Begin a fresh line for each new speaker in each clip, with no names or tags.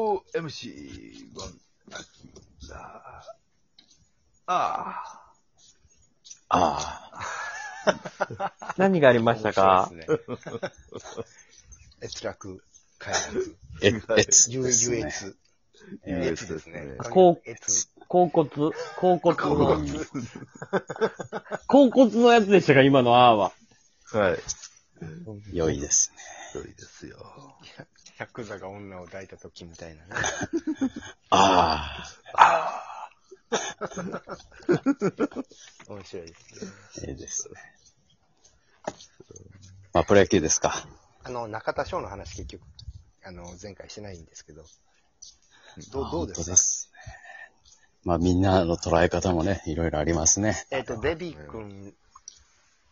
4MC1 ああ
ああ。
何がありましたか
面白いですね閲楽、快楽、
え、えつ。
優
です
越、
ね
えー越ですね。
こう
越
甲骨甲骨
甲
の、甲骨のやつでしたか今のあーは。
はい。
良いですね。
そうですよ。
ヤクザが女を抱いた時みたいなね。
ああ。
面白いですね。
ええですね。まあ、プロ野球ですか。
あの、中田翔の話結局、あの、前回してないんですけど、どう、どう
本
で
当
すか
すね。まあ、みんなの捉え方もね、いろいろありますね。
えっ、と、デビー君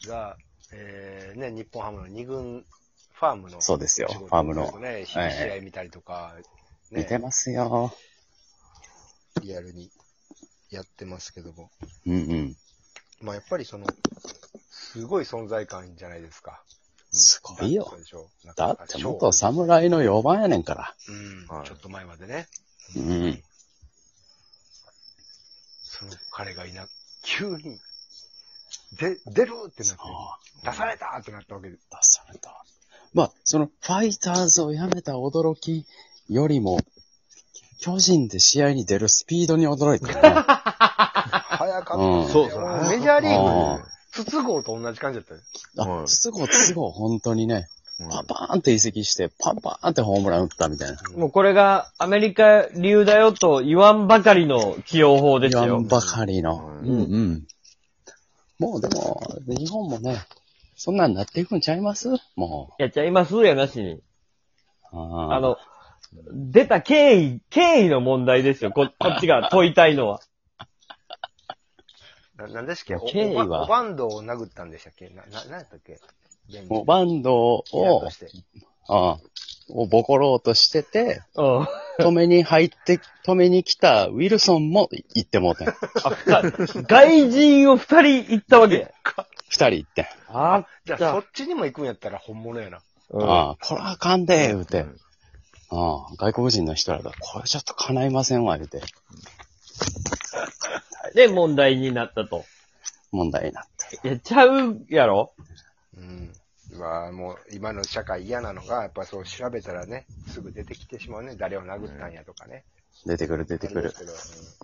が、えー、ね、日本ハムの二軍、ファームの、
そうですよ
仕事
ファームの
ちょっとね、試
はい
合見たりとか、
似て
ね、
ますよ。
リアルにやってますけども。
うんうん。
まあ、やっぱりその、すごい存在感じゃないですか。
すごいよ
そう。でしょう
だって元侍の4番やねんから。
うん、
はい
ちょっと前までね。
うん。
その彼がいな、急に、で、出るってなって、出されたってなったわけです。
出された。まあ、その、ファイターズをやめた驚きよりも、巨人で試合に出るスピードに驚いたよね。
早かった
うん
ね。
そうそう
もメジャーリー
う
グ
ん、
筒香と同じ感じだったよ。
は
あ、
い
すごいすごい、本当にね、パンパーンって移籍して、パンパーンってホームラン打ったみたいな。
もうこれがアメリカ流だよと言わんばかりの起用法です
言わ
よ
ん。ばかりの。
は
う
い
んうん。もうでも、日本もね、そんなんなっていくんちゃいますも
やっちゃいますやなしに。
う。あー
あの、出た経緯、経緯の問題ですよ。ここっちが問いたいのは。
ななんでしたっけ
経緯は
おばおバンドを殴ったんでしたっけな、な、なんやったっけベンチ
もうバンドを、
ピアとして
あーをボコろうとしてて、
うん。
止めに入って、 止めに来たウィルソンも行ってもうてん。
あか外人を二人行ったわけ。
二人行ってん。
あ
じゃあ、そっちにも行くんやったら本物やな。
あ
ああ、これあかんで、言うて。ああ、外国人の人らが、これちょっと叶いませんわ、言うて。
で、問題になったと。
問題になって。
やっちゃうやろ
うん。まあ、もう、今の社会嫌なのが、やっぱそう調べたらね、すぐ出てきてしまうね。誰を殴ったんやとかね。
出てくる、出てくる。
あれです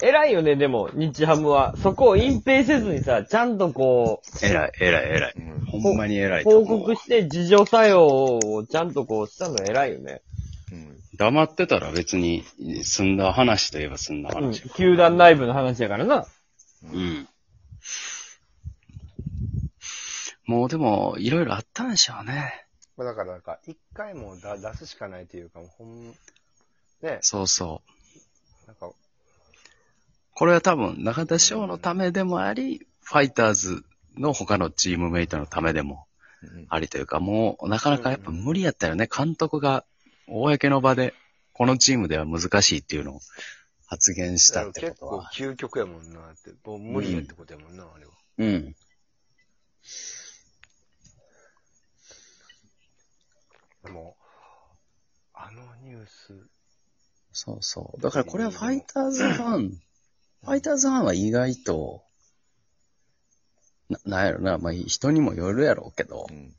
偉いよね、でも、日ハムは。そこを隠蔽せずにさ、ちゃんとこ
偉い、偉い、偉い。
うん
ほんまに偉
う、
いと
報
思う
告して自助作用をちゃんとこうしたの偉いよね。
うん
黙ってたら別に、済んだ話といえば済んだ
うん。
話。
球団内部の話やからな。
うん。もうでも、いろいろあったんでしょうね。
けどうんまあだから、なんか、一回もうだ出すしかないというか、もうほん、ね、
そうそう。
なんか、
これは多分、中田翔のためでもあり、ファイターズの他のチームメイトのためでも
うん
ありというか、もう、なかなかやっぱ無理やったよね。監督が、公の場で、このチームでは難しいっていうのを発言したって
結
こと
構
は。
究極やもんなって、もう無理やってことやもんな、あれは。
うん。
でも、あのニュース、
そうそう。だからこれはファイターズファン、ファイターズファンは意外と、な、なんやろな、まあ人にもよるやろうけど
う、ん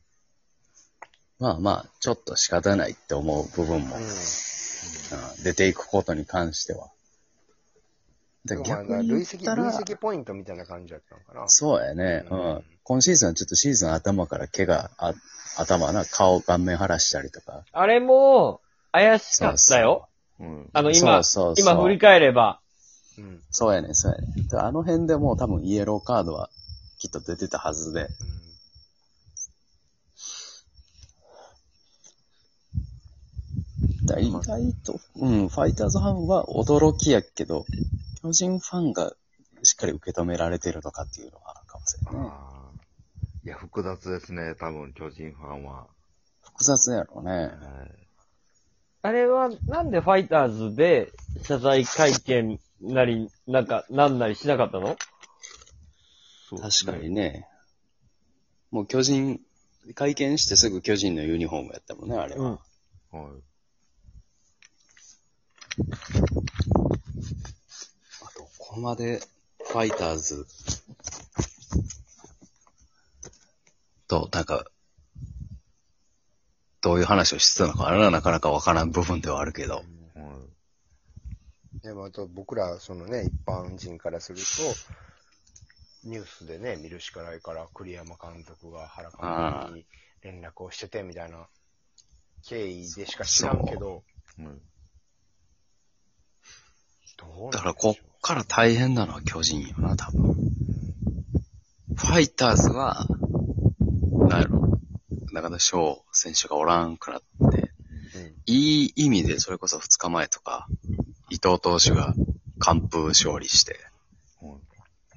まあまあ、ちょっと仕方ないって思う部分も、
う
うん出ていくことに関しては。だか
ん。でも
ら
あ
逆
の
に
累
言っ
積、
た
累
ら、
積ポイントみたいな感じだったのかな。
そうやね、う
うん
ん。今シーズンはちょっとシーズン頭から毛が、あ頭な、顔、顔面晴らしたりとか。
あれも、怪しかったよ。
うん
あの、今、
そうそうそう
今振り返れば。
うん。
そうやね、そうやね。だからあの辺でもう多分イエローカードはきっと出てたはずで。だ意外と、うん、ファイターズファンは驚きやけど、巨人ファンがしっかり受け止められてるのかっていうのはあるかもしれないね。
あーいや、複雑ですね、多分、巨人ファンは。
複雑やろうね。
はい
あれは、なんでファイターズで謝罪会見なり、なんか、なんなりしなかったの
そうです
確かにね。もう巨人、会見してすぐ巨人のユニフォームやったもんね、あれは。
うん。
はい。
こまでファイターズと、なんか、どういう話をしてたのか、あれはなかなかわからん部分ではあるけど。
うん
でも、あと僕ら、そのね、一般人からすると、ニュースでね、見るしかないから、栗山監督が原監督に連絡をしててみたいな経緯でしか知らんけど、
うん。
どうなんでしょう
だからこっから大変なのは巨人よな、多分。ファイターズは、なんやろ、中田翔選手がおらんくなって、
うん
いい意味でそれこそ2日前とか、伊藤投手が完封勝利して、
う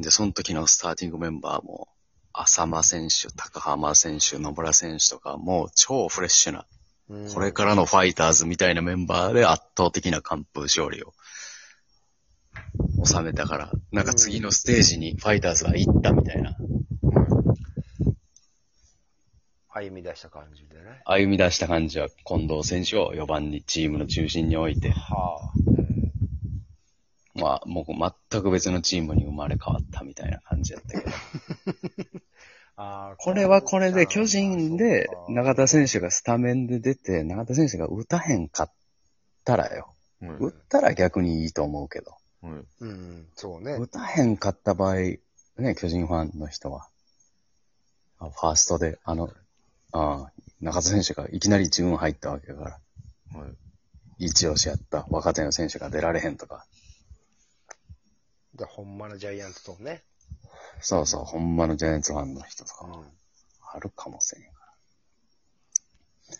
ん。
で、その時のスターティングメンバーも、浅間選手、高浜選手、野村選手とか、もう超フレッシュな、
うん
これからのファイターズみたいなメンバーで圧倒的な完封勝利を収めたから、なんか次のステージにファイターズが行ったみたいな、
歩み出した感じでね。
歩み出した感じは近藤選手を4番にチームの中心に置いて、
はあ。
まあ、もう全く別のチームに生まれ変わったみたいな感じだったけど。
あー
これはこれで巨人で
そうか
中田選手がスタメンで出て、中田選手が打たへんかったらよ。
うん。
打ったら逆にいいと思うけど。
うん。
うん、そうね。
打たへんかった場合、ね、巨人ファンの人は。あファーストで、あの、ああ中田選手がいきなり自分入ったわけだから、
はい。
一押しやった若手の選手が出られへんとか。
で、ほんまのジャイアンツとね。
そうそう、ほんまのジャイアンツファンの人とかも
う
あるかもしれんから。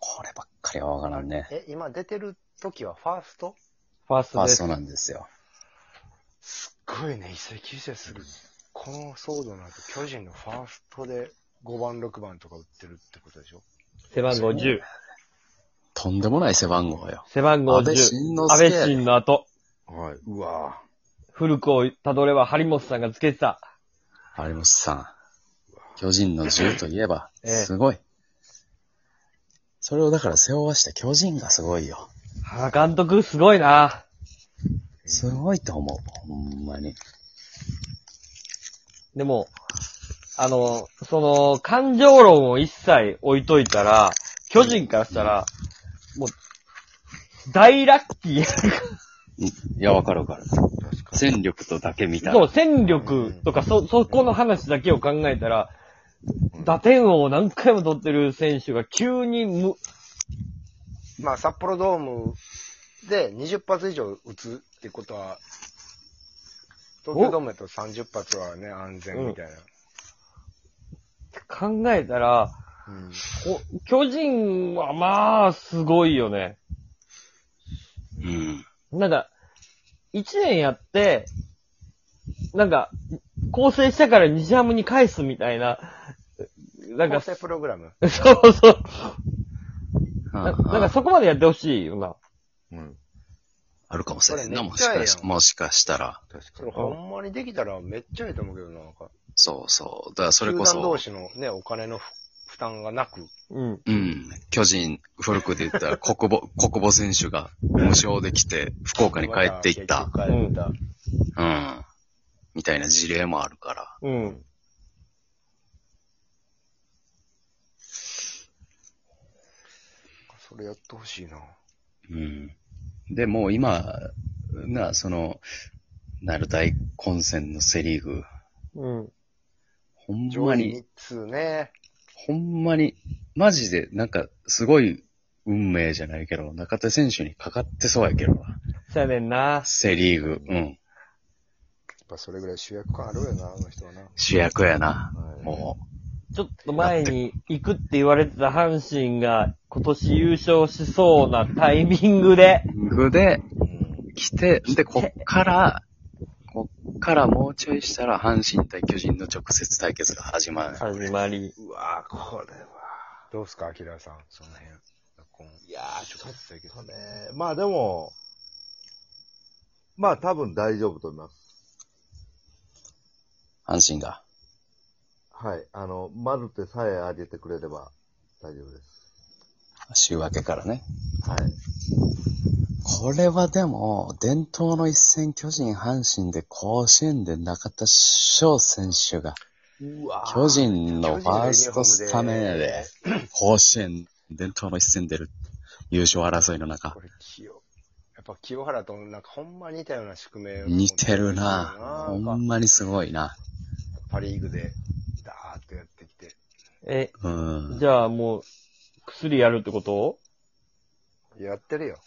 こればっかりはわからんね
ん。え、今出てる時はファースト
ファース
ファー
トで
ス
す
ト。なんですよ。
すっごいね、移籍移籍する。この騒動の後、巨人のファーストで5番、6番とか打ってるってことでしょ
背番号10。
とんでもない背番号よ。
背番号
安倍
10。
晋之
安倍
助。
晋の後、
はい。
うわ
古くをたどれば張本さんがつけてた。
有本さん。巨人の10といえば、
ええ
すごい。それをだから背負わした巨人がすごいよ。
原監督すごいな。
すごいと思う。ほんまに。
でも、あの、その、感情論を一切置いといたら、巨人からしたら、もう、大ラッキー。
いや、わかるわかる。
確か
戦力とだけ見た
そ
ら
う、。戦力とか、そ、そこの話だけを考えたら、打点王を何回も取ってる選手が急にむ、
まあ、札幌ドームで20発以上打つってことは、東京ドームだと30発はね、安全みたいな。
考えたら、
うん
こ巨人はまあ、すごいよね。
うん。
なんか、一年やって、なんか、構成したから西ハムに返すみたいな、なん
構
か、
成プログラム。
そうそう。
な
ななんかそこまでやってほしいよな。
に。うん。
あるかもしれんな。
これめ
も
っ
し
ちゃええやん
かし、もしかしたら。
確
そ
か
れ
に。
ほんまにできたらめっちゃいいと思うけどな、なんか。
そうそう。だからそれこ
球団同
そ、
士のね、お金のふ負担がなく。
うん。
うん。巨人、古くで言ったら、国 母、国母選手が無償で来て、福岡に帰っていった。
帰った。
うん。みたいな事例もあるから。
うん。
それやってほしいな。
うん。で、もう今、な、その、なる大混戦のセリーグ、
うん。
ほん
上
ま
位
に、
3つね。
ほんまに、マジで、なんか、すごい運命じゃないけど、中田選手にかかってそうやけどな。
そやねんな。
セリーグ、うん。
やっぱそれぐらい主役感あるよな、あの人はな。
主役やな。
はい
も
ちょっと前に行くって言われてた阪神が今年優勝しそうなタイミングで、
う。グで、
うん
来て、で、こっから、こっからもうちょいしたら、阪神対巨人の直接対決が始まる。
始まり。
うわぁ、これは。どうすか、アキラさん、その辺。
いやー、ちょっ
そうやけど
とね。まあでも、まあ多分大丈夫と思います。
阪神が。
はい。あの、マルテさえ上げてくれれば大丈夫です。
週明けからね。
はい。
これはでも、伝統の一戦巨人阪神で甲子園で中田翔選手が、
うわ
巨人のファーストスタメンで。、甲子園伝統の一戦出る優勝争いの中
こ、れ、清。やっぱ清原となんかほんま似たような宿命を
似てるな
な
ほ
ん
ん
か
まにすごいな
パリーグで、ダーッとやってきて。
え、
うん。
じゃあもう、薬やるってこと
やってるよ。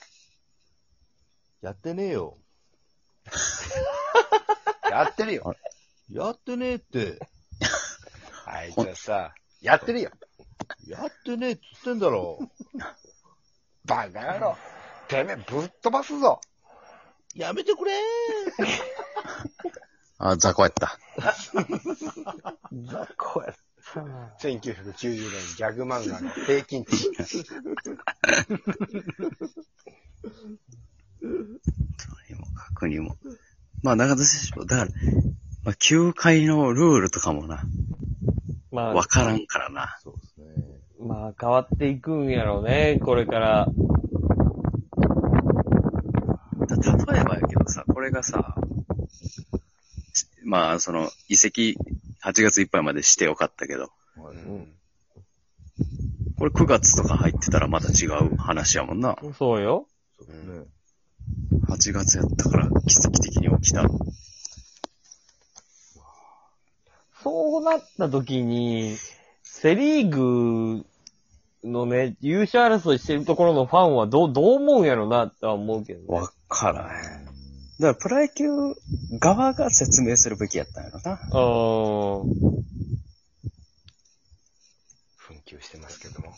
やってねえよ。
やってるよ。
やってねえって、
あいつはさ、やってるよ。
やってねえっつってんだろ。
バカ野郎。てめえぶっ飛ばすぞ。
やめてくれ
あ、雑魚やった。
こうや1990年ギャグ漫画の平均 値。
にも、確にも。まあ、中田選手も、だから、まあ、球界のルールとかもな、
ま
わからんからな。
そうですね。
まあ、変わっていくんやろうね、これから。
た例えばやけどさ、これがさ、しまあ、その、移籍、8月いっぱいまでしてよかったけど、
は
う
い
ん
これ9月とか入ってたらまた違う話やもんな。
そうよ。
そうですね。
8月やったから奇跡的に起きた。
そうなった時に、セリーグのね、優勝争いしてるところのファンはどう、どう思うんやろうな、とは思うけどね。
わからへん。だから、プロ野球側が説明するべきやったんやろな。
うーん。
紛糾してますけども。